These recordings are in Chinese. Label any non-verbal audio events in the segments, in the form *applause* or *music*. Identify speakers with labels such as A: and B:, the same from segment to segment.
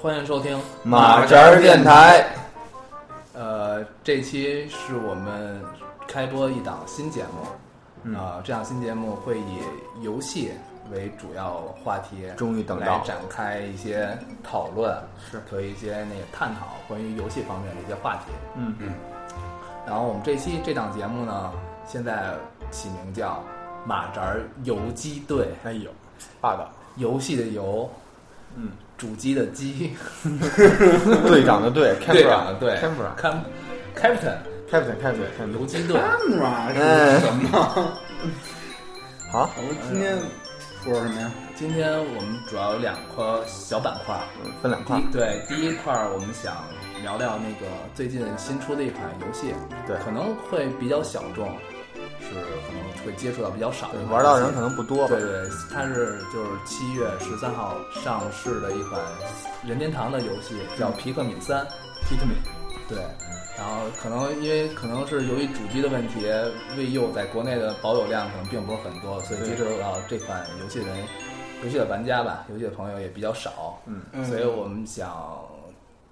A: 欢迎收听，
B: 马扎儿电台，
A: 呃，这期是我们开播一档新节
B: 嗯
A: 目，啊、呃，这档新节目会以游戏为主要话题，
B: 终于等
A: 来
B: 到
A: 展开一些讨论，
B: 是
A: 和一些那个探讨关于游戏方面的一些话题。
B: 嗯
A: 嗯。然后我们这期这档节目呢，现在起名叫“马扎儿游击队”，
B: 哎呦，霸道
A: 游戏的游，
B: 嗯，
A: 主机的机，
B: *laughs* 队长的队，
A: 队长的队
B: c a m e r a
A: ，Cam Captain
B: c a p t a i n c a p t a i n c a p t a i
A: 游
B: n
A: 击队。
C: camera 是什么？
B: 哎好，
C: 我们今天说什么呀？
A: 今天我们主要有两个小板块儿，
B: 分两
A: 第
B: 块
A: 一，对第一块儿我们想聊聊那个最近新出的一款游戏，
B: 对
A: 可能会比较小众，是可能会接触到比较少的一款游戏，
B: 玩到人可能不多吧
A: 对。对，它是就是七月十三号上市的一款任天堂的游戏，叫《皮克敏三》。皮克敏，对。然后可能因为可能是由于主机的问题，VU 在国内的保有量可能并不是很多，所以接触到这款游戏的人、游戏的玩家吧，游戏的朋友也比较少。
B: 嗯
C: 嗯
A: 所以我们想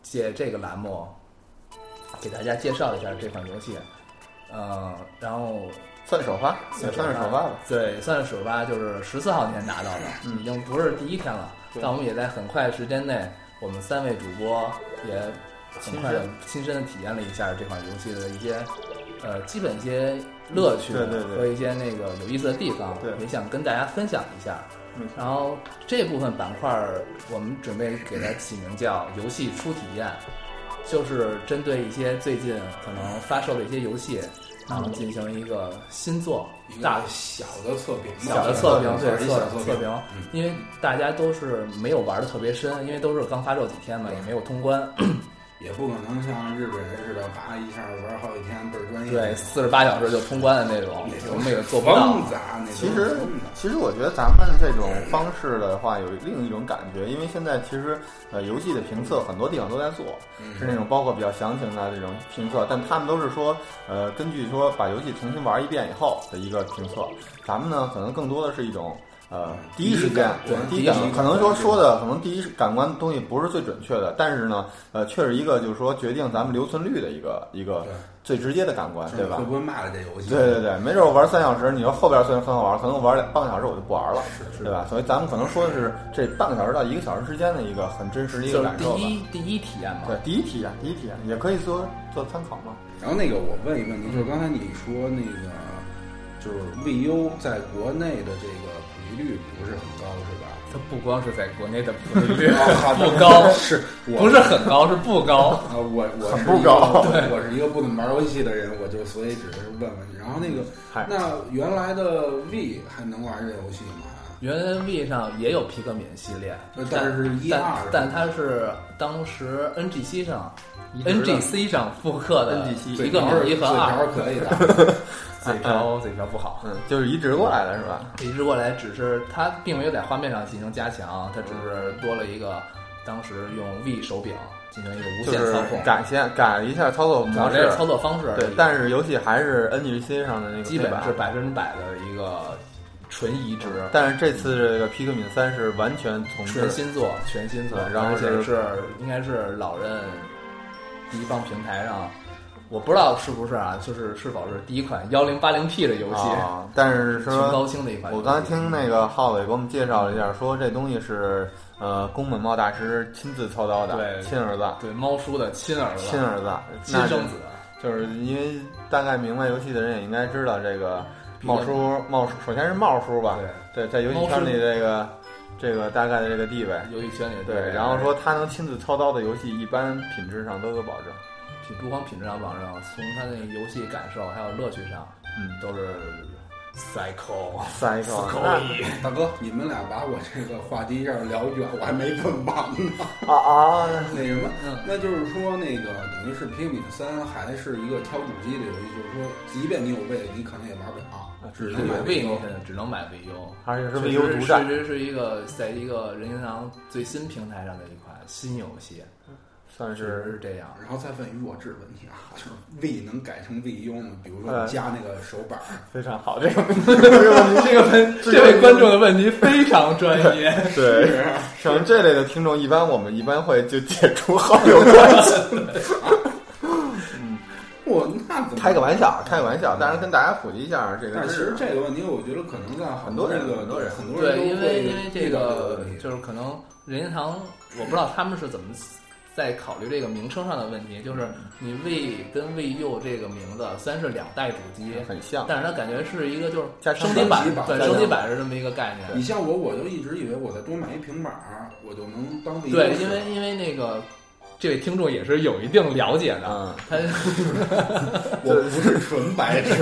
A: 借这个栏目给大家介绍一下这款游戏。嗯，然后
B: 算首发，嗯
A: 算
B: 也算是首发吧。。
A: 对，算是首发，就是十四号那天拿到的，嗯已经不是第一天了。但我们也在很快时间内，我们三位主播也很快地亲身的体验了一下这款游戏的一些呃基本一些乐趣
B: 嗯对对对
A: 和一些那个有意思的地方，
B: 对
A: 也想跟大家分享一下
B: 没。
A: 然后这部分板块儿我们准备给它起名叫“游戏初体验”，就是针对一些最近可能发售的一些游戏，然后进行一个新作、大
C: 小的测评吧，
A: 小的测评，对
C: 一
A: 测
C: 小测
A: 测评，嗯因为大家都是没有玩的特别深，因为都是刚发售几天嘛，也没有通关，
C: 也不可能像日本人似的，啪一下玩好几天倍儿专业。
A: 对，四十八小时就通关的那种
C: 也，就
A: 我们也做不到
C: 疯。子啊，那都是
B: 其实
C: 疯子，
B: 其实我觉得咱们这种方式的话，有另一种感觉，因为现在其实呃，游戏的评测很多地方都在做，是那种包括比较详情的这种评测，但他们都是说呃，根据说把游戏重新玩一遍以后的一个评测，咱们呢可能更多的是一种。呃，第一时间，
C: 对
B: 第
C: 第一
B: 一感
C: 感
B: 官，
C: 官
B: 可能说说的可能第一感官东西不是最准确的，但是呢，呃，却是一个就是说决定咱们留存率的一个一个
C: 对
B: 最直接的感官，对吧？
C: 会不会骂了这游戏？
B: 对对对，没准我玩三小时，你说后边虽然很好玩，可能我玩两半个小时我就不玩了，对吧？所以咱们可能说的是这半个小时到一个小时之间的一个很真实的一
A: 就是
B: 个感
A: 第
B: 受吧。
A: 一第一体验嘛，
B: 对，第一体验，第一体验也可以做做参考嘛。
C: 然后那个我问一问您，就是刚才你说那个，就是 VU 在国内的这个普及率不是很高，是吧？
A: 它不光是在国内的普及率 *laughs*
C: 好的
A: 不高，
C: 是我
A: 不是很高，是不高。
C: 啊，我我
B: 很
C: 是
B: 不
C: 一个
B: 高
C: 对，我是一个不怎么玩游戏的人，我就所以只是问问你。然后那个
B: 嗨，
C: 那原来的 V 还能玩这游戏吗？
A: 原来 V 上也有皮克敏系列
C: 呃，
A: 但
C: 但是一
A: 但
C: 二是吧
A: 但它是当时 NGC 上
B: 一直的
A: NGC 上复刻的
B: NGC
A: 皮克敏一和二，
C: 嘴瓢是可以的，
A: *laughs* 嘴瓢嘴瓢不好。
B: 嗯，就是移植过来的是吧？
A: 移植过来只是它并没有在画面上进行加强，它只是多了一个当时用 V 手柄进行一个无
B: 就
A: 线
B: 是
A: 操控，
B: 改些改了一下操作模
A: 模
B: 式
A: 式，操作方式而已。
B: 对，但是游戏还是 NGC 上的那个
A: 基
B: 对
A: 本
B: 吧
A: 是百分之百的一个纯移植，
B: 但是这次这个皮克敏三是完全重置
A: 纯，新作，全新作，
B: 对然后
A: 而且
B: 是
A: 是应该是老任第一方平台上。我不知道是不是啊，就是是否是第一款幺零八零 P 的游戏，
B: 啊，但是
A: 全
B: 说
A: 高清的一款游
B: 我
A: 戏。
B: 刚才听那个浩伟给我们介绍了一下，说这东西是呃宫本茂大师亲自操刀的，
A: 对
B: 亲儿子，
A: 对猫叔的亲儿子、
B: 亲儿子，
A: 亲
B: 那
A: 生子，
B: 就是因为大概明白游戏的人也应该知道这个
A: 毕
B: 茂
A: 竟
B: 叔，茂叔首先是茂叔吧，对，在游戏圈里这个这个大概的这个地位，
A: 游戏圈里的
B: 对，然后说他能亲自操刀的游戏，一般品质上都有保证，
A: 品不光品质上保证，从它那个游戏感受还有乐趣上，
B: 嗯，哦
A: 都是 psycho
B: 塞一口啊那
C: 大哥，你们俩把我这个话题一下聊远，我还没问完呢。
B: 啊啊，
C: 那什么
A: 嗯，
C: 那就是说那个等于是《皮克敏三》还是一个挑主机的游戏，就是说，即便你有 V，你可能也玩不了，
B: 只
C: 能
B: 能
C: 买
B: 买
A: VU 现在只能买 VU，
B: 而且是
A: 确
B: VU
A: 实
B: 独占
A: 确实是一个在一个任天堂最新平台上的一款新游戏，
B: 算
A: 确实
B: 是
A: 是这样。
C: 然后再问于我质问题啊， *laughs* 就是 V 能改成 VU 吗？比如说
B: 呃
C: 我加那个手板儿，
B: 非常好。这个这个
A: *laughs*
B: 问
A: 这位观众的问题非常专业，
B: 对，像这类的听众，一般我们一般会就解除好友
A: *laughs*
B: 关系，
C: 我那怎么
B: 开个玩笑，开个玩笑，当然跟大家普及一下这个
C: 但
B: 知
C: 其
B: 识
C: 实。这个问题，我觉得可能在
B: 很多人
C: 这个
B: 很多人
C: 很多人
A: 对，
C: 都
A: 因为因为
C: 会
A: 这
C: 遇到
A: 个
C: 问题
A: 就是可能任天堂，我不知道他们是怎么在考虑这个名称上的问题，就是你 V 跟 VU 这个名字虽然是两代主机，
B: 很像，
A: 但是它感觉是一个就是
B: 嗯加
A: 升
B: 升
A: 级版
C: 级版，
A: 对，
B: 加
A: 升级
B: 强
A: 版是这么一个概念。
C: 你像我，我就一直以为我再多买一平板儿，我就能当 VU 使。
A: 对，因为因为那个这位听众也是有一定了解的，
B: 嗯，
A: 他
C: 我不是纯白痴，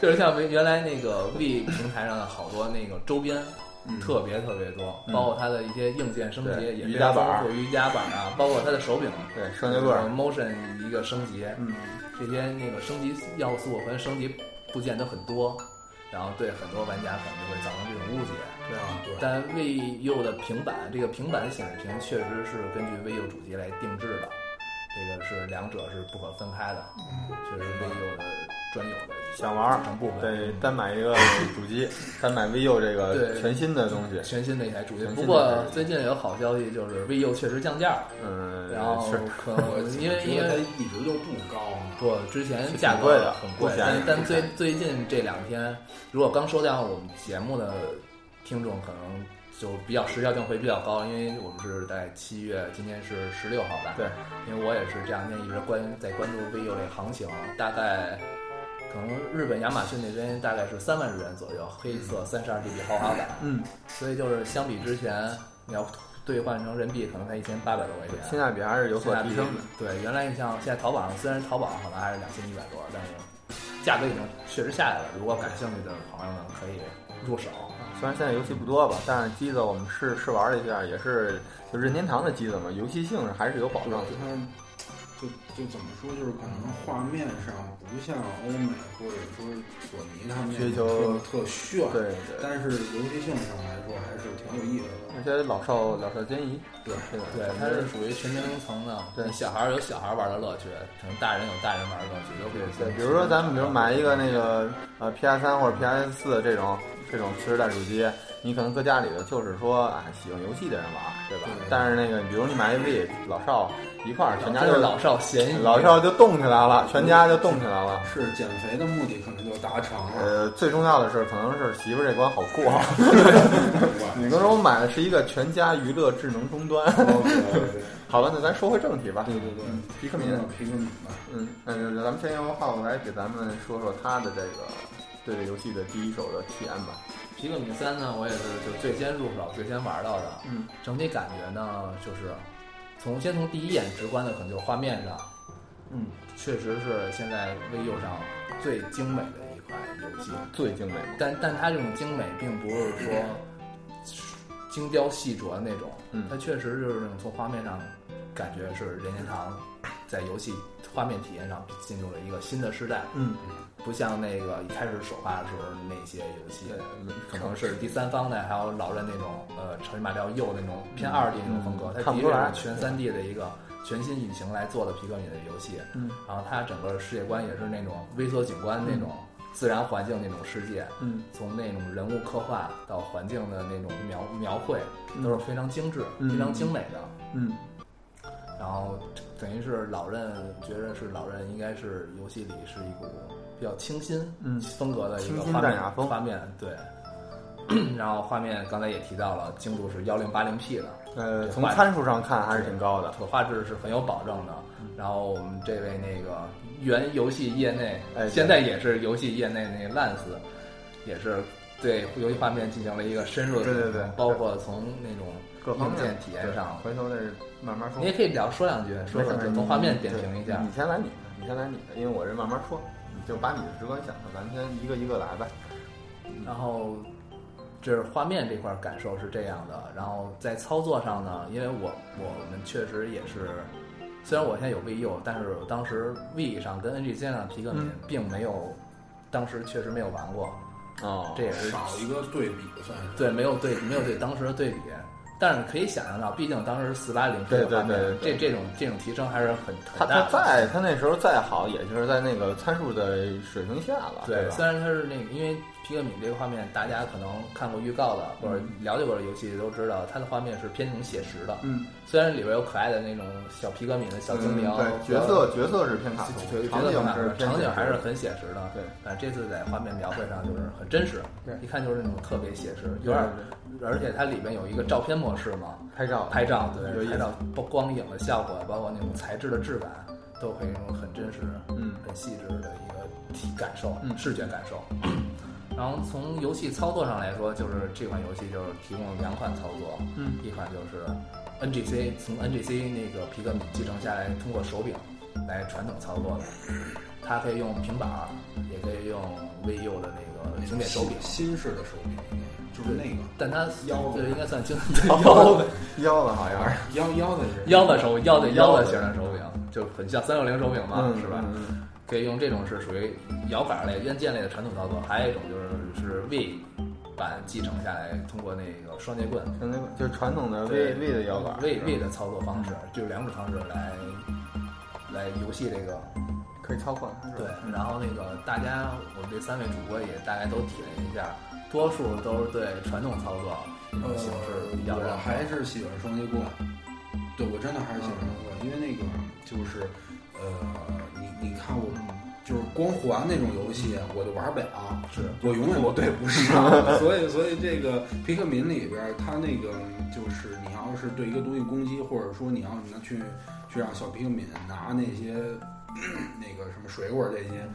A: 就是像原来那个 V 平台上的好多那个周边，
C: 嗯
A: 特别特别多，
B: 嗯
A: 包括它的一些硬件升级
B: 对
A: 也
B: 瑜
A: 非
B: 伽
A: 常
B: 板儿
A: 丰富，瑜伽板啊，包括它的手柄，
B: 对，双截棍儿，
A: Motion 一个升级，
B: 嗯，
A: 这些那个升级要素和升级部件都很多，然后对很多玩家可能就会造成这种误解。
C: 对啊，对。
A: 但 VU 的平板，这个平板显示屏确实是根据 VU 主机来定制的，这个是两者是不可分开的，
B: 嗯
A: 确实 VU 的专有的一个
B: 想玩儿
A: 组成部分。
B: 得单买一个
A: *laughs*
B: 主机，单买 VU 这个
A: 对
B: 全新的东西，
A: 全新的一台主机，
B: 全新的
A: 不
B: 一台
A: 过
B: 主机
A: 最近有好消息，就是 VU 确实降价了，
B: 嗯，
A: 然后
B: 是
A: 可
C: 我
A: 能因为
C: 觉
A: 因
C: 得它
A: 为
C: 一直就不高呢。
A: 不之前
B: 挺
A: 价
B: 贵
A: 格
B: 的
A: 很
B: 不
A: 贵，
B: 便
A: 但
B: 宜
A: 但最最近这两天，如果刚收到我们节目的听众，可能就比较时效性会比较高，因为我们是在七月，今天是十六号吧？
B: 对，
A: 因为我也是这两天一直关在关注 VU 这行情，大概可能日本亚马逊那边大概是三万日元左右，黑色三十二 GB 豪华版，
B: 嗯，
A: 所以就是相比之前，你要兑换成人民币可能才一千八百多块钱，
B: 性价比还是有所提升的。
A: 对，原来你像现在淘宝上，虽然淘宝可能还是两千一百多，但是价格已经确实下来了。如果感兴趣的朋友们可以入手。
B: 虽然现在游戏不多吧，但是机子我们试试玩了一下，也是就任天堂的机子嘛，游戏性是还是有保
C: 对，
B: 障的。
C: 它就就怎么说，就是可能画面上不像欧美或者说索尼他们那
B: 追
C: 种
B: 求
C: 特特炫，
B: 对对，
C: 但是游戏性上来说还是挺有意思的。
B: 而且老少老少皆宜，
C: 对，
B: 这个
A: 对，它是属于全年龄层的，
B: 对
A: 你小孩儿有小孩儿玩的乐趣，可能大人有大人玩的乐趣，都可以。
B: 对，比如说咱们比如买一个那个呃 PS 三或者 PS 四这种这种次世代主机，你可能搁家里头就是说啊喜欢游戏的人玩，对吧？
C: 对
B: 但是那个比如你买一 V，老少一块儿，全家
A: 就是
B: 就
A: 老少咸宜，
B: 老少就动起来了，全家就动起来了。
C: 是减肥的目的可能就达成了。
B: 呃，最重要的是，可能是媳妇儿这关好过。啊
C: 我
B: 你跟我说我买的是一个全家娱乐智能终端。
C: 对
B: 好了，那咱说回正题吧。嗯
C: 对对对，
B: 皮克
C: 根本
B: 敏，
C: 就皮克敏吧。
B: 嗯嗯，咱们先用话过来给咱们说说他的这个对这游戏的第一手的体验吧。
A: 皮克敏三呢，我也是就最先入手、最先玩到的。
B: 嗯，
A: 整体感觉呢，就是从先从第一眼直观的，可能就是画面上，
B: 嗯，
A: 确实是现在 VU 上最精美的一款游戏。
B: 最精美嘛。
A: 但但它这种精美，并不是说精雕细琢的那种，
B: 嗯
A: 它确实就是那种从画面上感觉是任天堂在游戏画面体验上进入了一个新的时代，
B: 嗯，
A: 不像那个一开始首发的时候那些游戏
B: 对，，
A: 可能是第三方的，还有老任那种呃城市马里奥右那种偏二 D 那种风格，它
B: 嗯看不
A: 的
B: 出来
A: 确是全三 D 的一个全新引擎来做的皮克敏的游戏，
B: 嗯
A: 然后它整个世界观也是那种微缩景观那种自然环境那种世界，
B: 嗯
A: 从那种人物刻画到环境的那种描描绘，
B: 嗯
A: 都是非常精致、
B: 嗯
A: 非常精美的。
B: 嗯
A: 然后等于是老任觉得是老任应该是游戏里是一股比较清新
B: 嗯
A: 风格的一个
B: 清新
A: 画
B: 淡
A: 面
B: 雅风
A: 画面对。 *clears throat* 然后画面刚才也提到了，精度是幺零八零 P 的，
B: 呃，
A: 这
B: 从
A: 画
B: 参数上看还是挺高的。
A: 可画质是很有保证的。
B: 嗯
A: 然后我们这位那个原游戏业内，
B: 哎对
A: 现在也是游戏业内那个 Lance，也是对游戏画面进行了一个深入的
B: 对对
A: 评
B: 对
A: 估包括从那种
B: 各方
A: 硬件
B: 面
A: 体验上
B: 对回头再慢慢说
A: 你也。可以聊说两句，说两句从画面点评一下
B: 嗯对。你先来你的，你先来你的，因为我这慢慢说，你就把你的直观想法，咱们先一个一个来吧。
A: 然后这是画面这块感受是这样的，然后在操作上呢，因为我我们确实也是，虽然我现在有 VU，但是当时 V 上跟 NGC 上的皮克敏
B: 嗯
A: 并没有，当时确实没有玩过，
B: 哦
A: 这也是
C: 少一个对比算是。
A: 对没有对没有对当时的对比，但是可以想象到，毕竟当时四八零 P
B: 对
A: 的
B: 对
A: 画面
B: 对，对
A: 这这种这种提升还是很很
B: 他他
A: 大的。
B: 再他那时候再好，也就是在那个参数的水平下了，对
A: 对，
B: 吧
A: 虽然它是那个，因为皮克敏这个画面，大家可能看过预告的或者
B: 嗯
A: 了解过的游戏都知道，它的画面是偏那种写实的。
C: 嗯，
A: 虽然里边有可爱的那种小皮革敏的小精灵，
B: 嗯对，角色角色是偏卡
A: 角
B: 通，
A: 色
B: 场景是偏
A: 场景还是
B: 写实
A: 很写实的。
B: 对
A: 但这次在画面描绘上就是很真实，
C: 对
A: 一看就是那种特别写实，有点，而且它里面有一个照片模式嘛，
B: 嗯拍照
A: 拍照
B: 哦有
A: 对，
B: 意思
A: 拍照包光影的效果，包括那种材质的质感，都会有那种很真实、
B: 嗯
A: 很细致的一个体感受，
B: 嗯
A: 视觉感受。然后从游戏操作上来说，就是这款游戏就是提供了两款操作，
B: 嗯，
A: 一款就是 NGC 从 NGC 那个皮克敏继承下来，通过手柄来传统操作的，它可以用平板儿，也可以用 VU 的那个经典手柄，
C: 新式的手柄，就是那个
A: 但它
C: 腰
A: 对
C: 的
A: 应该
B: *laughs*
A: 算经
B: 腰的腰的好像是，
C: 腰腰的是
A: 腰的手腰的腰的型的手柄，就很像三六零手柄嘛，
B: 嗯
A: 是吧？
B: 嗯嗯
A: 可以用这种是属于摇杆类、按键类的传统操作，还有一种就是是 V 版继承下来，通过那个双节棍
B: 嗯像那个就传统的啊 V
A: 对
B: V 的摇杆
A: V
B: 是吧
A: V 的操作方式，就是两种方式来来游戏这个。
B: 可以操控，是吧
A: 对，然后那个大家，我们这三位主播也大概都体验一下，多数都是对传统操作这种形
B: 呃
A: 式比较认
C: 呃
A: 可。
C: 我还是喜欢双截棍。嗯对，我真的还是喜欢双截棍，因为那个就是，呃，你你看我，就是光环那种游戏，我就玩不了，
B: 嗯
A: 是
C: 我永远都对不上。所以，所以这个皮克敏里边儿，它那个就是你要是对一个东西攻击，或者说你要你能去去让小皮克敏拿那些 *clears throat* 那个什么水果这些，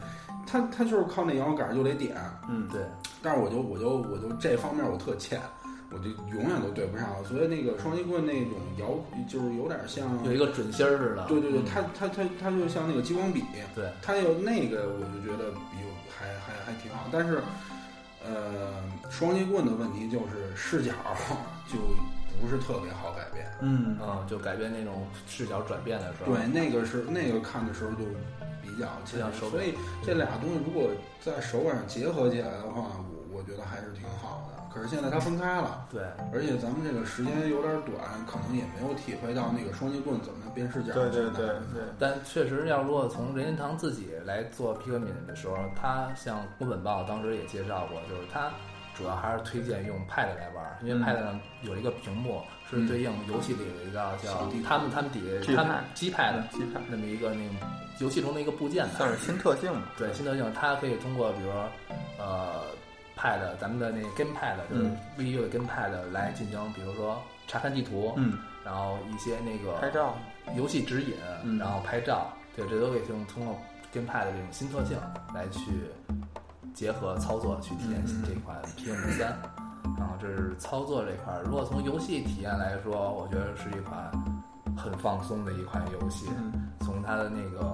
C: 他他就是靠那摇杆儿就得点，
B: 嗯
A: 对，
C: 但是我就我就我就这方面我特欠，我就永远都对不上，所以那个双截棍那种摇就是有点像，
B: 嗯
A: 有一个准心儿似的。嗯
C: 对对对，它它它它就像那个激光笔，
A: 啊对，
C: 它有那个我就觉得比我还还还挺好，但是呃双截棍的问题就是视角就不是特别好改变，
B: 嗯
A: 嗯，就改变那种视角转变的时候，
C: 对，那个是那个看的时候就比较欠
A: 比较手，感
C: 所以这俩东西如果在手感上结合起来的话，我我觉得还是挺好的。可是现在它分开了。
A: 对
C: 而且咱们这个时间有点短，可能也没有体会到那个双截棍怎么变视角。
B: 对对对对，
A: 但确实要如果从任天堂自己来做皮克敏的时候，他像宫本茂当时也介绍过，就是他主要还是推荐用 Pad 来玩儿，因为
B: 嗯
A: Pad 上有一个屏幕是对应游戏里有一个叫
B: 嗯
C: 小地图
A: 他们他们底
B: 机
A: 他们
B: 派
A: 机 Pad
B: 机派
A: 那么一个那个游戏中的一个部件吧
B: 嗯算。是新特性吧，
A: 对，新特性它可以通过比如说呃 Pad 咱们的那个 Game Pad 就是
B: 嗯
A: VU 的 Game Pad 来进行，比如说查看地图，
B: 嗯，
A: 然后一些那个
B: 拍照，
A: 游戏指引，
B: 嗯
A: 然后拍照，对，这都可以用通过 GamePad 的这种新特性来去结合操作去体验
B: 嗯嗯
A: 这款 P M 三。
B: *laughs*
A: 然后这是操作这块儿，如果从游戏体验来说，我觉得是一款很放松的一款游戏。
B: 嗯
A: 从它的那个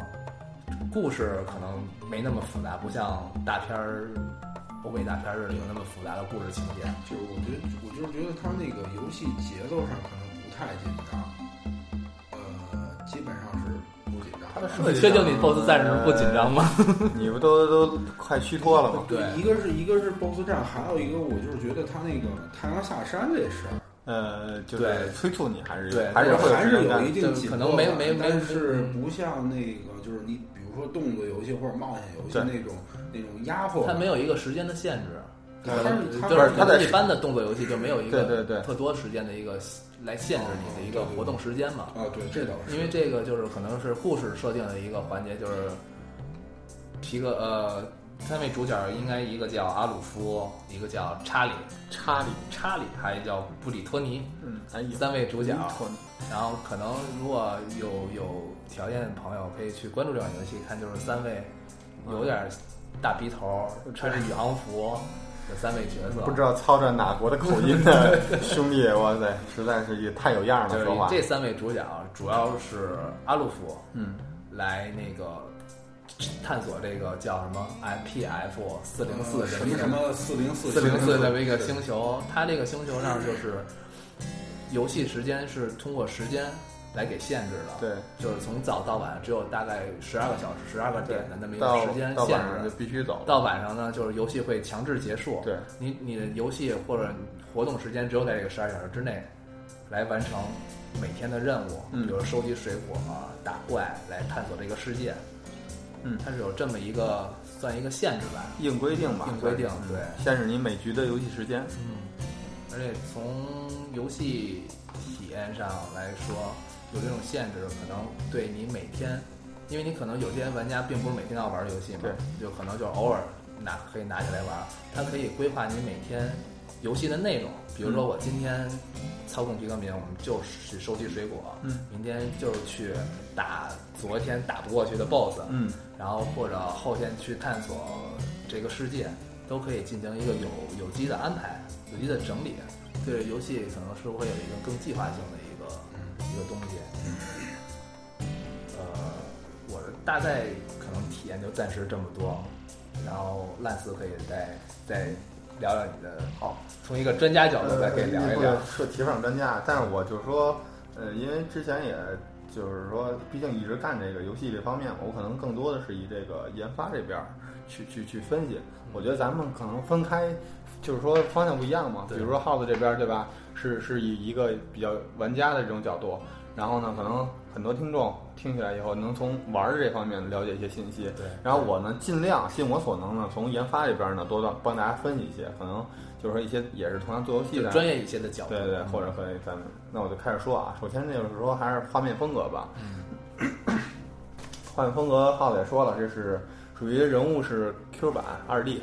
A: 故事可能没那么复杂，不像大片儿、欧美大片儿似的有那么复杂的故事情节。
C: 就是我觉得，我就是觉得它那个游戏节奏上可能不太紧张，呃，基本上是不紧张。
B: 它的设
A: 你
B: 计
A: 确定你
B: 上
A: BOSS 战时不紧张吗？
B: 你不都都快虚脱了吗？
A: 对
C: 一个是一个是 BOSS 战，还有一个我就是觉得它那个太阳下山这事儿，
B: 呃，就
A: 对
B: 是催促你还是
A: 对
B: 还是会
C: 还
B: 时
C: 是
B: 间
C: 有
B: 感
C: 一定紧迫感，
A: 可能没没没
C: 但是不像那个就是你比如说动作游戏或者冒险游戏
B: 对
C: 那种那种压
B: 嗯
C: 迫
A: 它
C: 感。
A: 没有一个时间的限制，
C: 对它是它
A: 就是是
B: 它在
A: 一般的动作游戏就没有一个
B: 对对对
A: 特多时间的一个来限制你的一个活动时间嘛。
C: 啊，对，这倒是
A: 因为这个就是可能是故事设定的一个环节，就是提个呃三位主角应该一个叫阿鲁夫，一个叫查理，
B: 插里，
A: 查理还有一个叫布里托尼，
B: 嗯，哎有
A: 三位主角。
B: 托你，
A: 然后可能如果有有条件的朋友可以去关注这款游戏，看就是三位有点大鼻头，穿着宇航服的三位角色，
B: 不知道操着哪国的口音的
A: *laughs*
B: 兄弟，哇塞，实在是也太有样
A: 就
B: 了，
A: 是
B: 说话。
A: 这三位主角主要是阿鲁夫
B: 嗯，
A: 来那个探索这个叫什么 MPF 四零四
C: 呃什么什么四零四
A: 四零四这么一个
C: 星
A: 星球，它这个星球上就是游戏时间是通过时间来给限制的，
B: 对，
A: 就是从早到晚只有大概十二个小时、十二个
B: 对
A: 点的那么一个
B: 到
A: 时间
B: 到
A: 限
B: 晚上就
A: 制。
B: 必须走了。
A: 到晚上呢，就是游戏会强制结束。
B: 对，
A: 你你的游戏或者活动时间只有在这个十二小时之内来完成每天的任务，
B: 嗯
A: 比如收集水果、啊打怪，来探索这个世界。
B: 嗯
A: 它是有这么一个算一个限制吧。
B: 硬规定吧，
A: 硬规定
B: 嗯
A: 对
B: 限制你每局的游戏时间。
A: 嗯，而且从游戏体验上来说，有这种限制，可能对你每天，因为你可能有些玩家并不是每天要玩游戏嘛
B: 对，
A: 就可能就偶尔拿可以拿起来玩，它可以规划你每天游戏的内容，比如说
B: 嗯
A: 我今天操控皮克敏，我们就去收集水果，
B: 嗯
A: 明天就是去打昨天打不过去的 BOSS，
B: 嗯，
A: 然后或者后天去探索这个世界，都可以进行一个有有机的安排、有机的整理，对游戏可能是会有一个更计划性的一
B: 嗯
A: 个一个东西。呃，我大概可能体验就暂时这么多，然后烂四可以再再聊聊你的，
B: 好，
A: 从一个专家角度再给
B: 呃
A: 聊一
B: 不
A: 聊。
B: 说提不上专家，但是我就说，呃，因为之前也就是说，毕竟一直干这个游戏这方面，我可能更多的是以这个研发这边儿去去去分析。我觉得咱们可能分开，就是说方向不一样嘛。比
A: 对
B: 如说耗子这边儿，对吧？是是以一个比较玩家的这种角度，然后呢，可能很多听众听起来以后，能从玩儿这方面了解一些信息。
A: 对
B: 然后我呢，尽量尽我所能呢，从研发这边呢，多帮帮大家分析一些，可能就是说一些也是同样做游戏
A: 就
B: 的
A: 专业一些的角度，
B: 对对对，或者和咱们，那我就开始说啊。首先就是说，还是画面风格吧。嗯画面风格，浩子也说了，这是属于人物是 Q 版二 D，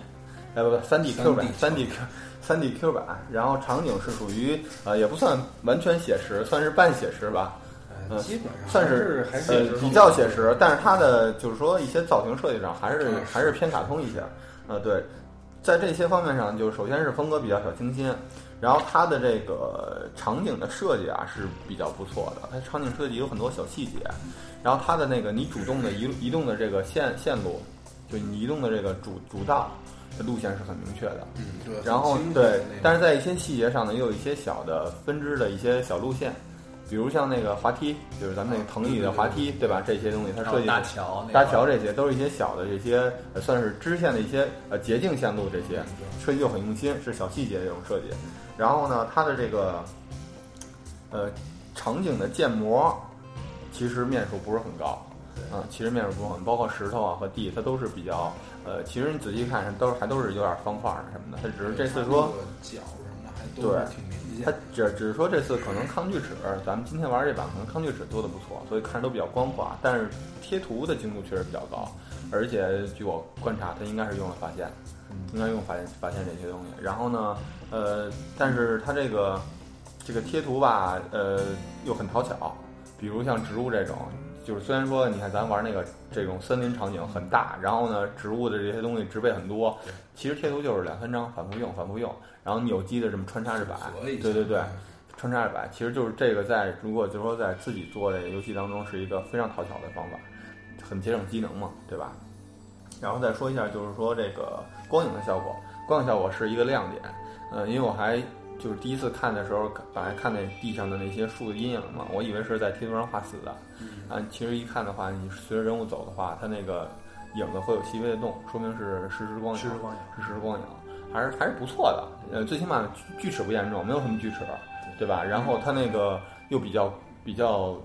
B: 呃不不三 D Q 版，三 D Q 三 D Q 版。然后场景是属于呃也不算完全写实，算是半写实吧，
C: 呃，基本上
B: 算
C: 还
B: 是
C: 是还
B: 呃
C: 是
B: 比较写实，但是它的就是说一些造型设计上还是
C: 嗯
B: 还是偏卡通一些。呃，对，在这些方面上，就首先是风格比较小清新，然后它的这个场景的设计啊是比较不错的，它场景设计有很多小细节，然后它的那个你主动的移移动的这个线线路，就你移动的这个主主道的路线是很明确的。
C: 嗯，对，
B: 然后
C: 很清楚
B: 对
C: 的那，
B: 但
C: 种
B: 是在一些细节上呢，也有一些小的分支的一些小路线，比如像那个滑梯，就是咱们那个藤椅的滑梯，对吧？这些东西它
A: 然
B: 设
A: 后
B: 计
A: 搭桥，
B: 搭桥，这些都是一些小的这些呃算是支线的一些呃捷径线路这些设计就很用心，是小细节这种设计。然后呢，它的这个呃场景的建模其实面数不是很高，嗯，其实面数不是很，包括石头啊和地，它都是比较呃，其实你仔细看是都是还都是有点方块儿什么的，它只是这次说。
C: 它那个脚什么的还都是
B: 对
C: 挺明
B: 他
C: 显，
B: 只只是说这次可能抗锯齿，咱们今天玩这版可能抗锯齿做的不错，所以看着都比较光滑，但是贴图的精度确实比较高，而且据我观察，它应该是用了发现，应该用发现发现这些东西。然后呢，呃，但是它这个这个贴图吧，呃，又很讨巧，比如像植物这种。就是虽然说你看咱玩那个这种森林场景很大，然后呢植物的这些东西植被很多，其实贴图就是两三张反复用反复用，然后你有机的这么穿插着摆，
C: 所以
B: 对对对，穿插着摆，其实就是这个在如果就是说在自己做这个游戏当中是一个非常讨巧的方法，很节省机能嘛，对吧？然后再说一下，就是说这个光影的效果，光影效果是一个亮点，呃，因为我还就是第一次看的时候，本来看那地上的那些树的阴影嘛，我以为是在贴图上画死的，
C: 嗯
B: 啊，其实一看的话，你随着人物走的话，它那个影子会有细微的动，说明是实时光影，
A: 实时光影
B: 是实时光影，还是还是不错的。呃，最起码锯锯齿不严重，没有什么锯齿，对吧？然后它那个又比较比较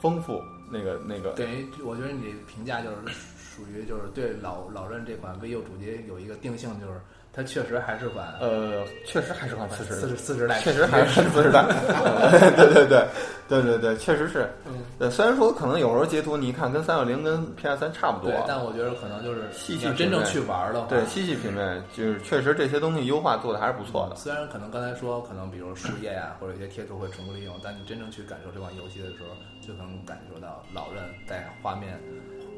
B: 丰富，那个那个
A: 等于我觉得你评价就是属于就是对老老任这款 VU 主机有一个定性，就是它确实还是款
B: 呃，确实还是款次时
A: 四十四十代，
B: 确实还是次时代，对对对对对对，确实是。呃，虽然说可能有时候截图你一看跟三六零跟 PS 三差不多
A: 对，，但我觉得可能就是
B: 细
A: 你
B: 细
A: 要真
B: 品
A: 正
B: 味
A: 去玩的话，
B: 对，细细品味，就是确实这些东西优化做的还是不错
A: 嗯
B: 的。
A: 虽然可能刚才说可能比如树叶呀、或者一些贴图会重复利用，但你真正去感受这款游戏的时候，就能感受到老任在画面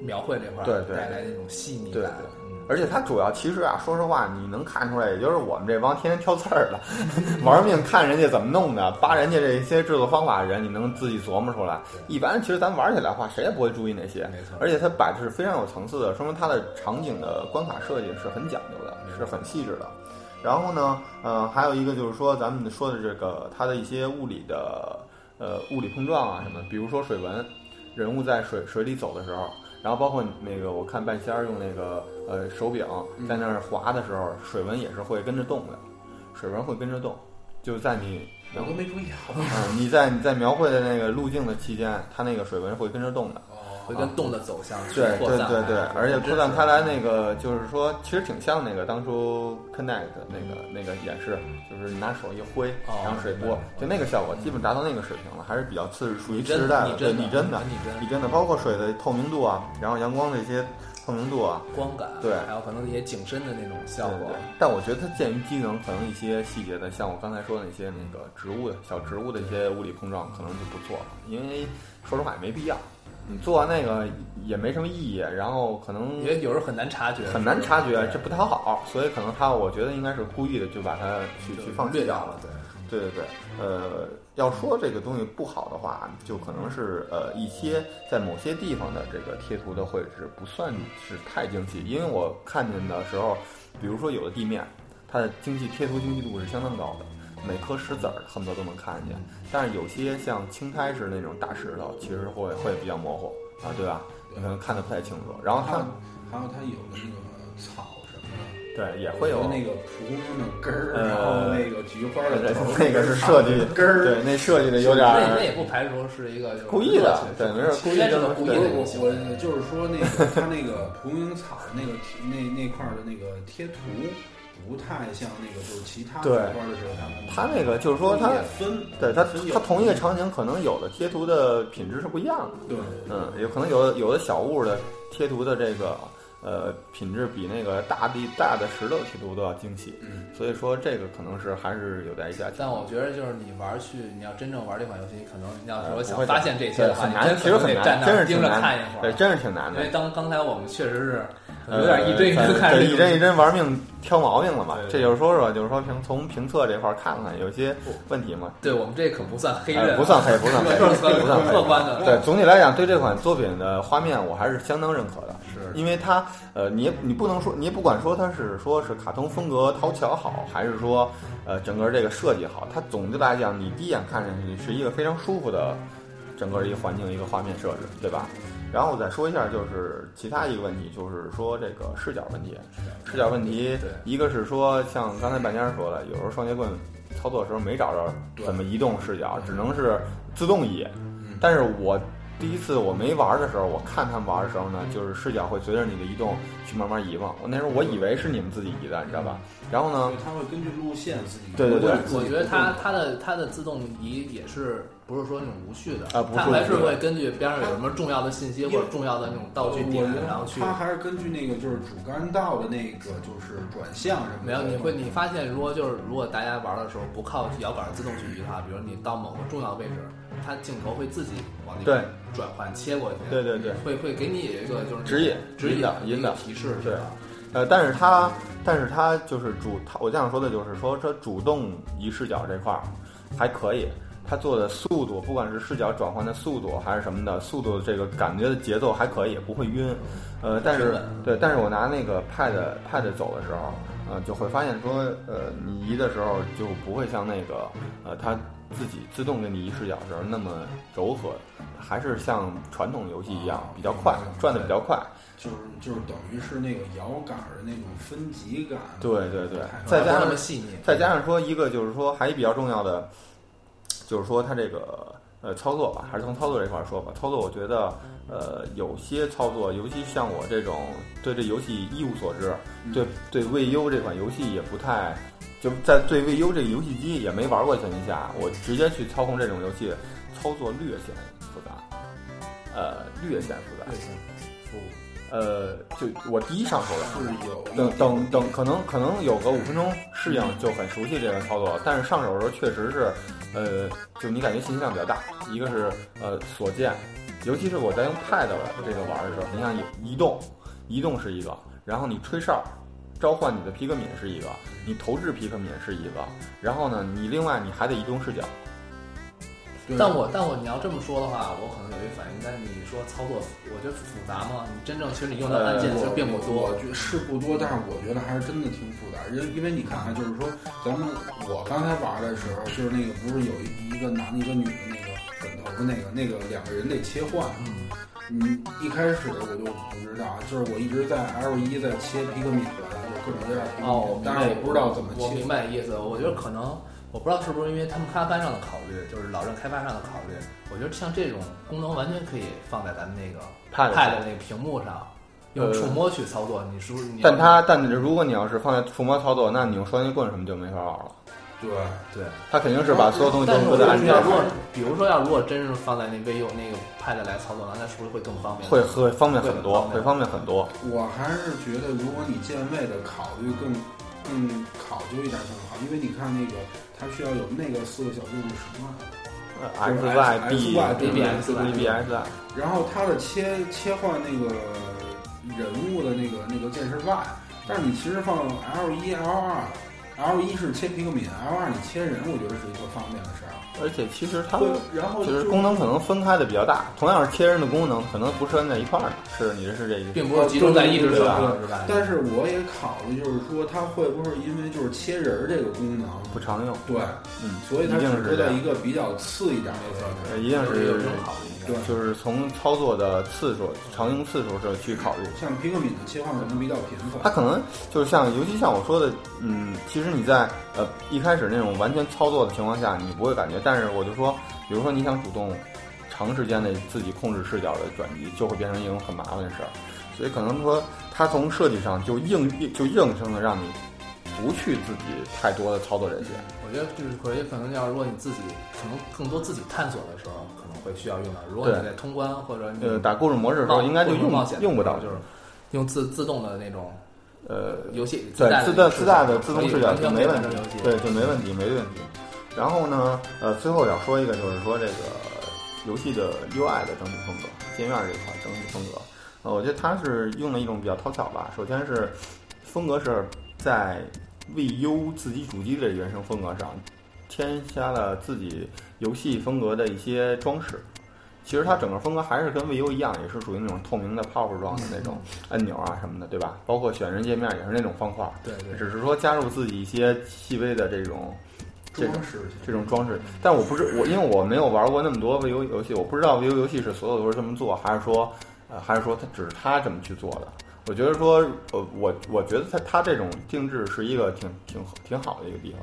A: 描绘这块儿
B: 对对
A: 带来那种细腻
B: 对
A: 感。
B: 对
A: 嗯
B: 而且它主要其实啊，说实话，你能看出来，也就是我们这帮天天挑刺儿的，玩命看人家怎么弄的，扒人家这些制作方法的人，你能自己琢磨出来。一般其实咱玩起来的话，谁也不会注意那些。
A: 没错
B: 而且它摆的是非常有层次的，说明它的场景的关卡设计是很讲究的，
A: 没
B: 是
A: 错
B: 很细致的。然后呢，呃，还有一个就是说咱们说的这个它的一些物理的呃物理碰撞啊什么的，比如说水纹，人物在水水里走的时候，然后包括那个我看半仙儿用那个呃手柄
A: 嗯
B: 在那儿滑的时候，水纹也是会跟着动的，水纹会跟着动，就在你对
C: 我都没注意啊好吧？
B: 嗯，你在你在描绘的那个路径的期间，它那个水纹会跟着动的。
A: 会跟动的走向去
B: 啊对
A: 扩
B: 对
A: 散。啊
B: 对对，而且
A: 扩
B: 扩散开
A: 啊
B: 来那个就是说，其实挺像那个当初 Connect 那个那个演示，就是你拿手一挥，
A: 哦
B: 然后水
A: 明
B: 波
A: 白，
B: 就那个效果基本达到那个水平了，还是比较次属于
A: 你
B: 次
A: 真
B: 时代
A: 的，
B: 了。
A: 你
B: 对，
A: 真的，
B: 你真的，
A: 你真
B: 你
A: 的
B: 真的，包括水的透明度啊，然后阳光的一些透明度啊，
A: 光感，
B: 对
A: 还有可能一些景深的那种效
B: 对
A: 果
B: 对。。但我觉得它鉴于机能，可能一些细节的，像我刚才说的那些那个植物的小植物的一些物理碰撞，可能就不做了，因为说实话也没必要。你做完那个也没什么意义，然后可能
A: 也有时候很难察觉，
B: 很难察觉，啊
A: 对
B: 这不太好，所以可能他我觉得应该是故意的就把它去去放弃
A: 略
B: 掉
A: 掉
B: 了。
A: 了，对。
B: 对对对，呃，要说这个东西不好的话，就可能是呃一些在某些地方的这个贴图的绘制不算是太精细，因为我看见的时候，比如说有的地面，它的精细贴图精细度是相当高的。每颗石子儿恨不得都能看见，但是有些像青苔石那种大石头，其实会会比较模糊啊，对吧？你可能看得不太清楚。然后
C: 还
B: 它
C: 有还有它有的那个草什么的，
B: 对也会有
C: 有那个蒲公英的根儿，
B: 呃
C: 然后那个菊花的头
B: 那个是设计
C: 根儿。
B: 对，那设计的有点
A: 那那
B: 儿
A: 也不排除是一个就是
B: 故意的
A: 乐，趣
B: 对，没事儿故意
A: 应该
B: 这
A: 是
B: 么
A: 个故意
C: 我
A: 的
B: 对
A: 东
C: 我
A: 西
C: 我就是说那个它那个蒲公英草那个贴那那块儿的那个贴图，不太像那个就是其他
B: 对
C: 菊花的时候他们
B: 他那个就是说他
C: 也分
B: 对他
C: 分有
B: 他同一个场景，可能有的贴图的品质是不一样的，
C: 对
B: 嗯，有可能有的有的小物的贴图的这个呃品质比那个大地大的石头贴图都要精细，
C: 嗯
B: 所以说这个可能是还是有待加强。
A: 但我觉得就是你玩去，你要真正玩这款游戏，可能你要
B: 呃
A: 说
B: 不会
A: 想
B: 的
A: 发现这些的
B: 对
A: 话，
B: 很
A: 你
B: 难，
A: 真
B: 其
A: 可
B: 实
A: 能
B: 很
A: 得站
B: 难，
A: 那
B: 真
A: 儿
B: 是
A: 盯
B: 挺
A: 着
B: 难
A: 看一
B: 的，
A: 会
B: 啊对，
A: 儿。
B: 真是挺难
A: 因
B: 的
A: 为。当刚才我们确实是有点一针一
B: 呃
A: 针看
B: 对
A: 这
B: 一
A: 种
B: 针一针玩命挑毛病了嘛。
A: 对
B: 这就是说说，就是说评从评测这块儿看看有些问题嘛，
A: 对我们这可不算黑
B: 呃
A: 刃，
B: 不算黑，不算黑，
A: 客观
B: *laughs* 不算
A: 客
B: 黑。
A: 观的。
B: 对，总体来讲，对这款作品的画面我还是相当认可的，
A: 是
B: 因为它，呃，你也你不能说，你也不管说它是说是卡通风格讨巧好，还是说，呃，整个这个设计好，它总的来讲，你第一眼看上去是一个非常舒服的整个一个环境一个画面设置，对吧？然后我再说一下，就是其他一个问题，就是说这个视角问题。视角问题
A: 对，
B: 一个是说像刚才半仙儿说的，有时候双截棍操作的时候没找着怎么移动视角，只能是自动移。
C: 嗯
B: 但是我第一次我没玩的时候，我看他们玩的时候呢，就是视角会随着你的移动去慢慢移嘛。我那时候我以为是你们自己移的，你知道吧？然后呢
C: 对，它会根据路线自己
B: 嗯对对对
A: 我觉得它它的它的自动移也是不是说那种无序的
B: 啊不是
A: 它
B: 无序的
A: 还是会根据边上有什么重要的信息或者重要的那种道具点，然后去。
C: 它还是根据那个就是主干道的那个就是转向什么的。
A: 没有，你会你发现，如果就是如果大家玩的时候不靠摇杆自动去移的话，比如你到某个重要的位置，它镜头会自己往那边转换切过去，
B: 对对对，
A: 会会给你有一个就是
B: 指引
A: 指
B: 引
A: 引
B: 导
A: 一个
B: 引导
A: 提示，
B: 对
A: 吧？
B: 呃，但是它，但是它就是主，它我想说的就是说，这主动移视角这块儿还可以，它做的速度，不管是视角转换的速度还是什么的速度，这个感觉的节奏还可以，不会晕。呃，但
A: 是
B: 是
A: 的
B: 对，但是我拿那个 pad pad 走的时候，呃，就会发现说，呃，你移的时候就不会像那个呃它自己自动给你移视角的时候那么柔和，还是像传统游戏一样比较快，
A: 嗯
B: 转的比较快。
C: 就是就是等于是那个摇杆的那种分级感。
B: 对对对，
A: 不
B: 再
A: 是
B: 加
A: 那
B: 上
A: 么细腻，
B: 再加上说一个就是说还比较重要的，就是说它这个呃操作吧，还是从操作这块儿说吧。操作我觉得呃有些操作，尤其像我这种对这游戏一无所知，
C: 嗯
B: 对对未优这款游戏也不太。就在对未优这个游戏机也没玩过的前提下，我直接去操控这种游戏，操作略显复杂，呃，略显复杂，呃，就我第一上手的
C: 是有一
B: 等等
C: 定
B: 等，可能可能有个五分钟适应就很熟悉这个操作，但是上手的时候确实是，呃，就你感觉信息量比较大。一个是呃所见，尤其是我在用 Pad 这个玩的时候，你像移移动，移动是一个，然后你吹哨，召唤你的皮克敏是一个，你投掷皮克敏是一个，然后呢，你另外你还得移动视角，
C: 对
A: 但我但我你要这么说的话，我可能有一反应。但是你说操作，我觉得复杂吗？你真正其实你用的按键
B: 呃
A: 其实并不多
C: 我。觉得是不多，但是我觉得还是真的挺复杂。因因为你看啊，就是说咱们我刚才玩的时候，就是那个不是有一一个男的一个女的那个枕头的那个那个两个人得切换。
A: 嗯，
C: 嗯，一开始我就不知道，啊就是我一直在 L 一在切皮克敏的，各种各样的皮克敏，
A: 哦，
C: 但是我不知道怎么
A: 我明
C: 切。
A: 白意思。我觉得可能我不知道是不是因为他们开发上的考虑，就是老任开发上的考虑，我觉得像这种功能完全可以放在咱们那个
B: Pad 上
A: Pad 的那个屏幕上，用
C: 呃
A: 触摸去操作。你是不是？你
B: 但它但如果你要是放在触摸操作，那你用双截棍什么就没法玩了。
C: 对，
A: 对，
B: 它肯定是把所有东西都
A: 但是我
B: 搁
A: 觉
B: 在
A: 得
B: 按
A: 你
B: 键
A: 要如
B: 上
A: 果，比如说要如果真是放在那微用那个 Pad 来操作，那是不是会更方便？
B: 会会方便很多，
A: 会
B: 会方便很多。
C: 我还是觉得，如果你键位的考虑更更考究一点更好，因为你看那个它需要有那个四个小动物什么，
B: X Y
C: 对呃 X-
B: B
C: Y-
A: B- B- X- Y-
B: B S I，
C: 然后它的切切换那个人物的那个那个键是 Y，但是你其实放 L 一 L 二。L 一是切皮克敏，L 二你切人，我觉得是一个方便的事儿。
B: 而且其实它
C: 会，然后
B: 就是
C: 就
B: 功能可能分开的比较大，同样是贴人的功能，可能不是摁在一块儿的。是，你这是这个。
A: 并不是集中在一只手上，
C: 对
A: 是吧？
C: 但是我也考虑，就是说它会不会因为就是切人儿这个功能，
B: 不常用，
C: 对，
B: 嗯，
C: 所以它
B: 一定
C: 只
B: 是
C: 是
B: 这
C: 在
B: 样呃
C: 一个比较次一点儿的方面。
B: 一定
A: 是有
B: 是
A: 这种考虑。
C: 对，
B: 就是从操作的次数、常用次数这去考虑。
C: 像皮克敏的切换可能比较频
B: 它
C: 繁。
B: 可能就是像，尤其像我说的，嗯，其实你在呃一开始那种完全操作的情况下，你不会感觉。但是我就说，比如说你想主动长时间的自己控制视角的转移，就会变成一种很麻烦的事儿。所以可能说，它从设计上就硬就硬生的让你不去自己太多的操作这些。
A: 我觉得就是可以，可能要如果你自己可能更多自己探索的时候，可能会需要用到。如果你
B: 对
A: 在通关或者你
B: 呃，打故事模式的时候，
A: 冒
B: 应该就
A: 或者
B: 用
A: 啊冒险的
B: 用不
A: 时候
B: 到，
A: 就是用自自动的那种
B: 呃，
A: 游戏
B: 对
A: 带
B: 自
A: 的那
B: 带
A: 种
B: 自带的
A: 视角
B: 自动
A: 可以
B: 视角
A: 完
B: 就
A: 全
B: 没
A: 可以
B: 问
A: 完
B: 题
A: 成游戏，
B: 对，就没问题，没问题。然后呢，呃，最后想说一个，就是说这个游戏的 UI 的整体风格，界面这一块整体风格，呃，我觉得它是用了一种比较讨巧吧。首先是风格是在 VU 自己主机的原生风格上添加了自己游戏风格的一些装饰。其实它整个风格还是跟 VU 一样，也是属于那种透明的泡泡状的那种按钮啊什么的，对吧？包括选人界面也是那种方块儿，
A: 对对，
B: 只是说加入自己一些细微的这种这种
C: 装饰
A: 嗯
C: 性
B: 这种装饰。但我不是我，因为我没有玩过那么多 VU 游戏，我不知道 VU 游戏是所有都是这么做，还是说，呃，还是说它只是他这么去做的。我觉得说，呃，我我觉得他他这种定制是一个挺挺挺好的一个地方，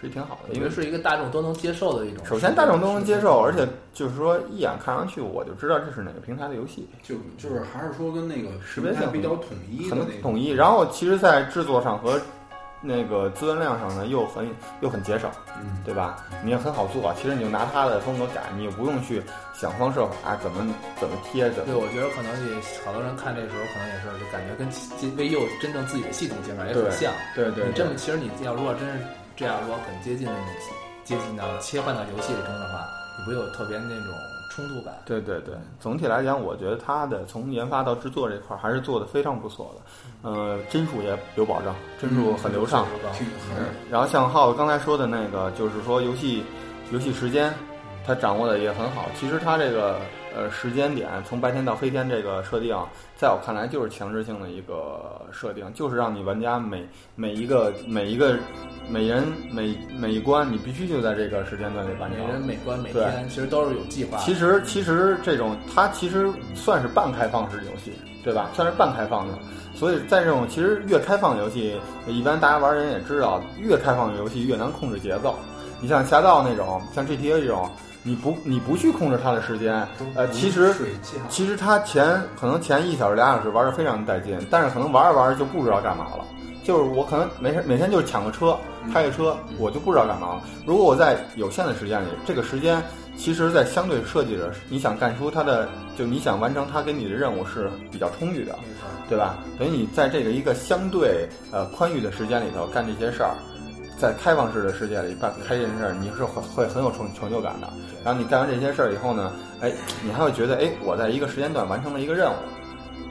B: 是挺好的，
A: 因
B: 因
A: 为
B: 为
A: 是一个大众都能接受的一种。
B: 首先大众都能接受，而且就是说一眼看上去我就知道这是哪个平台的游戏，
C: 就就是还是说跟那个
B: 识别性
C: 它比较统一的
B: 很
C: 那种。
B: 统一。然后其实，在制作上和那个资源量上呢，又很又很节省。
C: 嗯，
B: 对吧？你也很好做，其实你就拿它的风格改，你也不用去想方设法啊怎么怎么贴怎
A: 对，
B: 么。
A: 我觉得可能也好多人看这时候，可能也是就感觉跟 VU 真正自己的系统界面也很
B: 对
A: 像。
B: 对
A: 你这么其实你要如果真是这样，如果很接近你接近到切换到游戏里中的话，你不会有特别那种冲突感。
B: 对对对，总体来讲，我觉得它的从研发到制作这块儿还是做的非常不错的，呃，帧数也有保障，帧数很流
A: 嗯
B: 畅。
C: 挺还是
B: 然后像浩刚才说的那个，就是说游戏游戏时间，它掌握的也很好。其实它这个呃时间点从白天到黑天这个设定，啊在我看来就是强制性的一个设定，就是让你玩家每每一个每一个每人每每一关，你必须就在这个时间段里完
A: 每人
B: 成。
A: 每关每
B: 对
A: 天其实都是有计划的。
B: 其实其实这种它其实算是半开放式游戏，对吧？算是半开放的。所以在这种其实越开放的游戏，一般大家玩儿人也知道，越开放的游戏越难控制节奏。你像侠盗那种，像 GTA 这种，你不你不去控制它的时间，呃，其实
C: 水架
B: 其实他前可能前一小时俩小时玩的非常带劲，但是可能玩着玩着就不知道干嘛了。就是我可能每天每天就是抢个车，开个车，我就不知道干嘛了。如果我在有限的时间里，这个时间其实，在相对设计着，你想干出它的，就你想完成它给你的任务是比较充裕的，
C: 没错，
B: 对吧？等于你在这个一个相对呃宽裕的时间里头干这些事儿，在开放式的世界里干开这些事儿，你是会会很有成成就感的。然后你干完这些事儿以后呢，哎，你还会觉得哎，我在一个时间段完成了一个任务，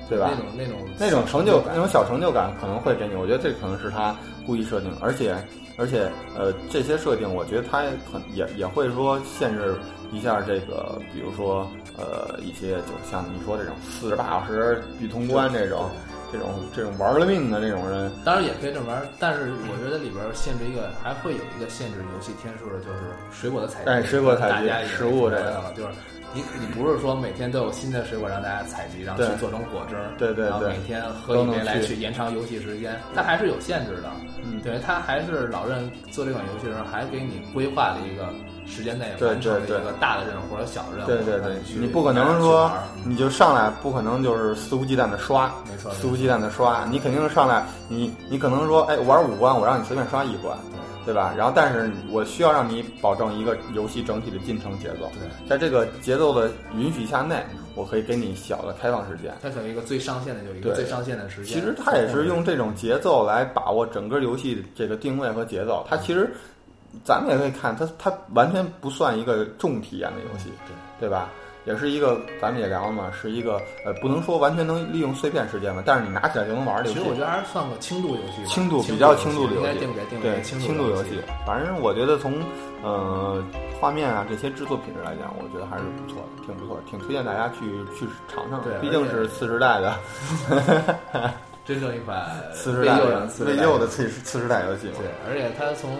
B: 对吧
A: 那？种那种
B: 那种成就，那种小成就感可能会给你，我觉得这可能是他故意设定，而且而且呃，这些设定我觉得他也可也也会说限制一下这个，比如说呃一些就像你说这种四十八小时必通关这种这种这种玩了命的这种人，
A: 当然也可以这么玩儿，但是我觉得里边儿限制一个，还会有一个限制游戏天数的，就是水果的采集。
B: 哎水果采集
A: 大家也
B: 食物这个
A: 个，就是你你不是说每天都有新的水果让大家采集，然后去
B: 对
A: 做成果汁儿，
B: 对对
A: 然后
B: 对
A: 每天喝
B: 都
A: 一
B: 能
A: 杯来去
B: 去
A: 延长游戏时间，它还是有限制的。
B: 嗯
A: 对，它还是老任做这款游戏的时候，还给你规划了一个时间内
B: 对
A: 完成的一
B: 对对
A: 个大的任务或者小任务，
B: 对对
A: 让
B: 对，
A: 去
B: 你不可能说
A: 去玩儿
B: 你就上来，不可能就是肆无忌惮的刷，
A: 没错
B: 肆无忌惮的刷，你肯定是上来，你你可能说，哎，玩五关，我让你随便刷一关，对吧？然后，但是我需要让你保证一个游戏整体的进程节奏，
A: 对
B: 在这个节奏的允许下内，我可以给你小的开放时间。
A: 它可能一个最上限的有一个
B: 对
A: 最上限的时间。
B: 其实它也是用这种节奏来把握整个游戏这个定位和节奏。它其实咱们也可以看，它它完全不算一个重体验的游
A: 嗯
B: 戏，对吧？也是一个，咱们也聊了嘛，是一个呃，不能说完全能利用碎片时间吧，但是你拿起来就能玩的游
A: 其
B: 戏
A: 实。我觉得还是算个轻度游戏吧，
B: 轻度
A: 度
B: 比较轻
A: 度
B: 度的游
A: 应该
B: 戏
A: 定给定
B: 对
A: 为轻
B: 轻
A: 度
B: 度游
A: 戏
B: 戏。，反正我觉得从呃画面啊这些制作品质来讲，我觉得还是不错的，挺不错的，挺推荐大家去去尝尝的。
A: 对
B: 毕竟
A: 而且
B: 是次时代的
A: 真正一款
B: 次时
A: 被
B: 代
A: 诱
B: 的
A: 人次
B: 未
A: 世代
B: 救的次次时代游戏嘛。
A: 对，而且它从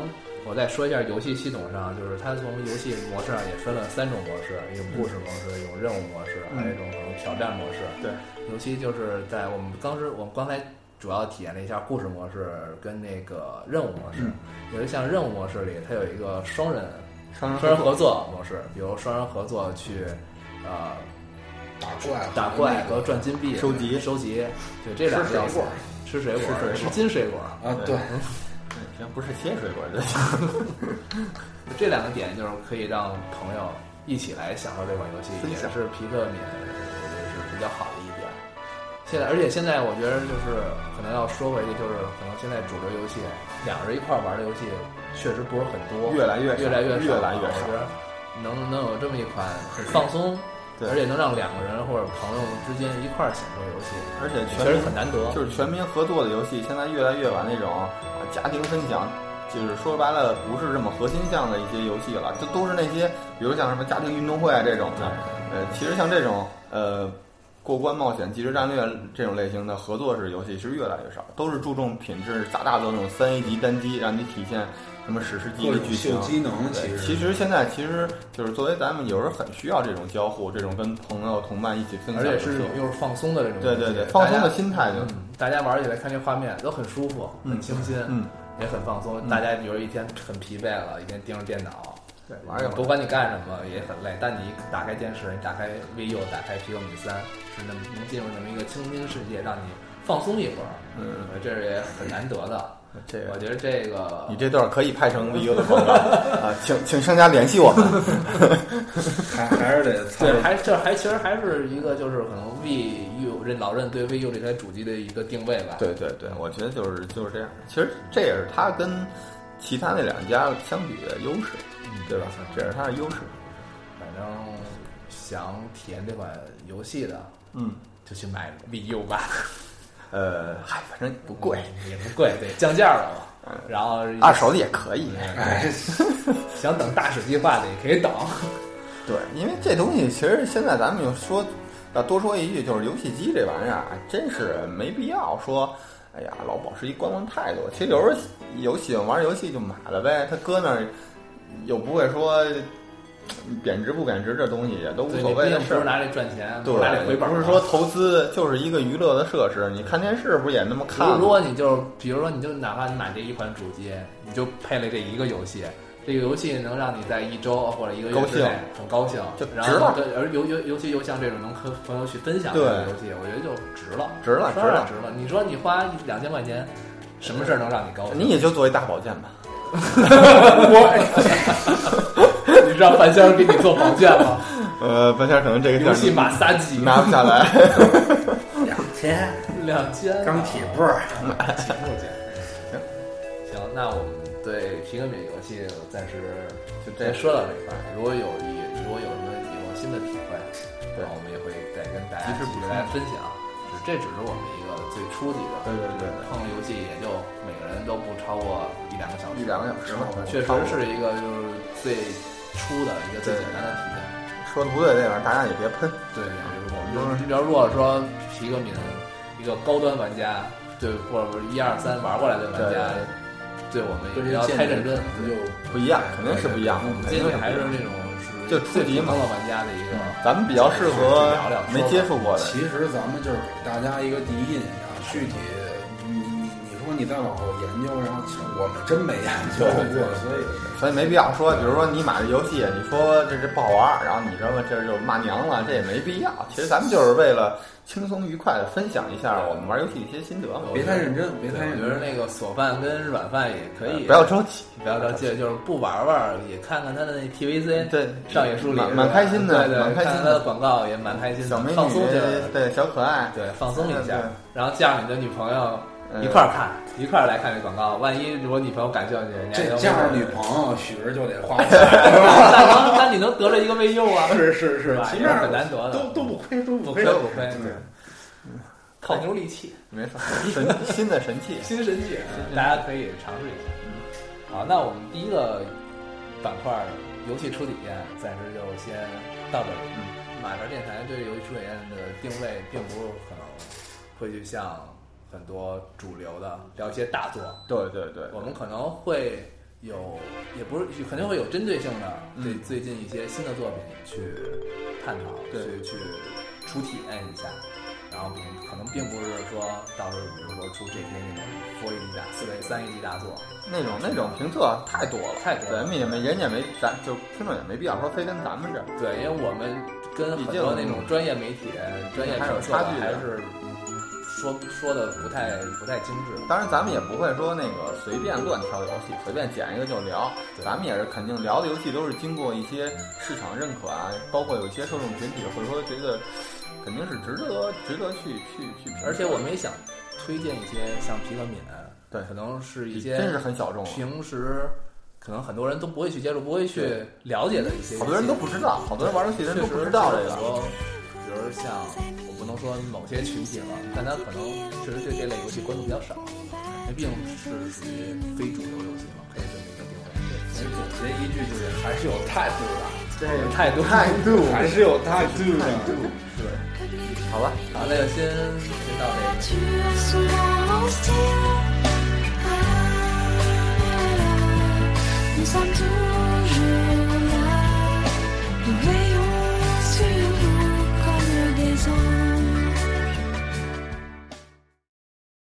A: 我再说一下游戏系统上，就是它从游戏模式上也分了三种模式，一
B: 嗯
A: 种故事模式，一种任务模式，还有一种可能挑战模式。
B: 对，
A: 尤其就是在我们当时，我们刚才主要体验了一下故事模式跟那个任务模式。
B: 嗯
A: 尤其像任务模式里，它有一个双人
B: 双人
A: 双人合作模式，比如双人合作去呃
C: 打怪
A: 打怪和赚金币、
B: 收集
A: 收集，对这两个
C: 吃水
A: 要素
C: 果
A: 吃水果
B: 吃水果
A: 是金水果。
C: 啊，对，
B: 行，不是切水果的，
A: 这两个点就是可以让朋友一起来享受这款游戏，
B: 分
A: 也
B: 享
A: 是皮克敏我觉得是比较好的一点。现在，而且现在我觉得就是可能要说回去，就是可能现在主流游戏两人一块儿玩的游戏确实不是很多，
B: *laughs* 越来越
A: 越来越
B: 越来越
A: 我觉
B: 少。
A: 得能能有这么一款很放松，
B: 对
A: 而且能让两个人或者朋友之间一块儿享受游戏，
B: 而且
A: 确
B: 全
A: 实很
B: 民
A: 难得。
B: 就是全民合作的游戏，现在越来越往那种啊家庭分享，就是说白了不是这么核心向的一些游戏了，这都是那些比如像什么家庭运动会啊这种的。呃，其实像这种呃过关冒险、即时战略这种类型的合作式游戏是越来越少，都是注重品质，砸大的那种三 A 级单机，让你体现什么史诗级
C: 各
B: 的
C: 种
B: 剧情
C: 秀。机能
B: 对，
C: 其实
B: 其实现在其实就是作为咱们有时候很需要这种交互，这种跟朋友同伴一起分享
A: 而
B: 的
A: 且
B: 时
A: 是
B: 候，
A: 又是放松的这种游
B: 对
A: 戏，
B: 对对，
A: 大
B: 放松
A: 家
B: 的心态就
A: 嗯，大家玩起来看这画面都很舒服，
B: 嗯
A: 很清新，
B: 嗯，
A: 也很放松。大家比如一天很疲惫了，一天盯着电脑，
B: 对玩一会
A: 不
B: 儿。
A: 管你干什么也很累，但你一打开电视，你打开 VU，打开皮克米三，是那么能进入那么一个清新世界，让你放松一会儿，
B: 嗯，
A: 这是也很难得的。
B: 这
A: 我
B: 个
A: 觉得这个
B: 你这段可以拍成 VU 的广告啊， *laughs* 请请商家联系我们。
C: 还还是得操
A: 对，还这还其实还是一个就是可能 VU 任老任对 VU 这台主机的一个定位吧。
B: 对对对，我觉得就是就是这样。其实这也是它跟其他那两家相比的优势，
A: 嗯
B: 对吧？这也是它的优势。
A: 反正想体验这款游戏的，
B: 嗯，
A: 就去买 VU 吧。
B: 呃，嗨，反正不贵，嗯
A: 也不贵，对，降价了嘛。然后
B: 二手的也可以。
C: 哎，
B: *laughs*
A: 想等大使计划的也可以等，
B: 对，因为这东西其实现在咱们就说，要多说一句，就是游戏机这玩意儿啊，真是没必要说，哎呀，老保持一观望态度。其实有时候有喜欢玩游戏就买了呗，它搁那儿又不会说嗯贬值不贬值，这东西也都无
A: 对，
B: 所
A: 你
B: 谓
A: 毕
B: 的
A: 竟
B: 事
A: 不是
B: 儿。
A: 拿这赚钱，
B: 对
A: 不是拿这回，本儿。啊
B: 不是说投资就是一个娱乐的设施，你看电视不是也那么看
A: 如
B: 吗？
A: 如果你就是，比如说你就哪怕你买这一款主机，你就配了这一个游戏，这个游戏能让你在一周或者一个月
B: 高
A: 之内很高兴，
B: 就
A: 然
B: 值
A: 后
B: 了
A: 对，而尤尤尤其又像这种能和朋友去分享的
B: 对
A: 游戏，我觉得就值了，
B: 值了
A: 当
B: 值
A: 然
B: 了
A: 值了。你说你花一两千块钱，什么事儿能让你高兴？
B: 你也就做一大保健吧。
A: *laughs* 你知道范先生给你做保健
B: *laughs*
A: 吗？
B: *laughs* 呃，半天可能这个地
A: 游
B: 儿
A: 戏马萨
B: 你
A: 吉
B: 拿不下来。
C: 两天
A: 两千啊
C: 钢铁棍儿，
A: 起步去。 *laughs* 行，那我们对皮克敏游戏暂时就先说到这一块儿。如果有以如果有什么以后新的体会，
B: 对
A: 然后我们也会再跟大家
B: 及时
A: 继续
B: 补充
A: 来分享。只这只是我们一个最初级的，
B: 对对对对
A: 碰游戏也就每个人都不超过一两个小时，
B: *laughs* 一两个小时吧
A: 确实
B: 差不多
A: 是一个就是最初的一个最简单的体验。
B: 说的不对那玩意儿，大家也别喷。
A: 对，就是我们
B: 嗯
A: 就是比较弱，说皮革敏一个高端玩家，对，或者一二三玩过来的玩家，对我们也
C: 跟
A: 不要
C: 人
A: 太
C: 见
A: 认
C: 识
A: 真。
C: 可能就
B: 不一样，肯定是不一样的。
A: 我们建
B: 肯
A: 议
B: 定是不一
A: 还
B: 样
A: 嗯是那
B: 的
A: 种是
C: 个
B: 就初
A: 最
B: 级
A: 普
B: 嘛
A: 通，的玩家的一个。
B: 咱们比较适合
A: 聊聊
B: 没接触过的。
C: 其实咱们就是给大家一个第一印象，具体你你你说你再往后研究，然后其实我们真没研究过，所以
B: 所以没必要说，比如说你买的游戏，你说这这不好玩儿，然后你什么这就骂娘了，这也没必要。其实咱们就是为了轻松愉快的分享一下我们玩游戏的一些心得嘛。
C: 别太认真，别
A: 对，
C: 太
A: 我
C: 认
A: 觉得
C: 真。
A: 那个锁饭跟软饭也可以，
B: 呃不要着急，
A: 不要着急，就是不玩玩也看看他的那 TVC，
B: 对
A: 上野树里
B: 蛮
A: 是吧
B: 蛮开心的
A: 对对，
B: 蛮开心
A: 看看
B: 的
A: 他的广告也蛮开心的，
B: 小美女
A: 放松下来，
B: 对小可爱，
A: 对，放松一下
B: 对，
A: 然后叫你的女朋友
B: 嗯
A: 一块儿看，一块儿来看这广告。万一如果女朋友感兴趣，人家
C: 这
A: 就
C: 这样的女朋友许是就得花钱，
A: 那能 *laughs* 那你能得着一个没用啊，
C: 是是
A: 是吧？
C: 其
A: 也
C: 实
A: 是很难得的，
C: 都都不亏，都不
A: 不
C: 亏嗯
A: 亏。不亏，
B: 对，
A: 泡妞利器，
B: 没错，神 *laughs* 新的神器。
A: 新神器，大家可以尝试一下。好，那我们第一个板块儿游戏初体验，暂时就先到这里。
C: 嗯
A: 马哲电台对游戏初体验的定位，并不是可能会去像很多主流的聊一些大作，
B: 对对对，
A: 我们可能会有，也不是肯定会有针对性的对
B: 嗯
A: 最近一些新的作品去探讨，去
B: 对
A: 去初体验一下。然后并可能并不是说到时候比如说出 G T 那种 f o
B: E
A: 一级大四类三 A 级大作，
B: 那种那种评测太多了，
A: 太多了
B: 咱们也没人也没，咱就听众也没必要说非跟咱们这儿。
A: 对，因为我们跟很
B: 毕竟
A: 多那种专业媒体、专业
B: 还是有
A: 评测的
B: 差距的啊
A: 还是说说的不太不太精致。
B: 当然，咱们也不会说那个随便乱挑游戏，随便捡一个就聊。
A: 对
B: 咱们也是肯定聊的游戏都是经过一些市场认可啊，包括有一些受众群体会说觉得肯定是值得值得去去去评价。
A: 而且我们也想推荐一些像皮克敏，
B: 对
A: 可能是一些
B: 真是很小众了，
A: 平时可能很多人都不会去接触、不会去了解的一些游戏，
B: 好多人都不知道，好多人玩游戏的人
A: 确
B: 都
A: 实
B: 不知道这
A: 很
B: 个。
A: 多比如像我不能说某些群体嘛，但他可能确实对这类游戏关注比较少，因为毕竟是属于非主流游戏嘛，可以这么一个定位。
C: 其实总结一句就是，还是有态度的，
B: 对
A: 有态度，
B: 态度，
C: 还是有态度的。
B: 好吧。
A: 好，那就先先到这里。
D: Nous sommes toujours là, nous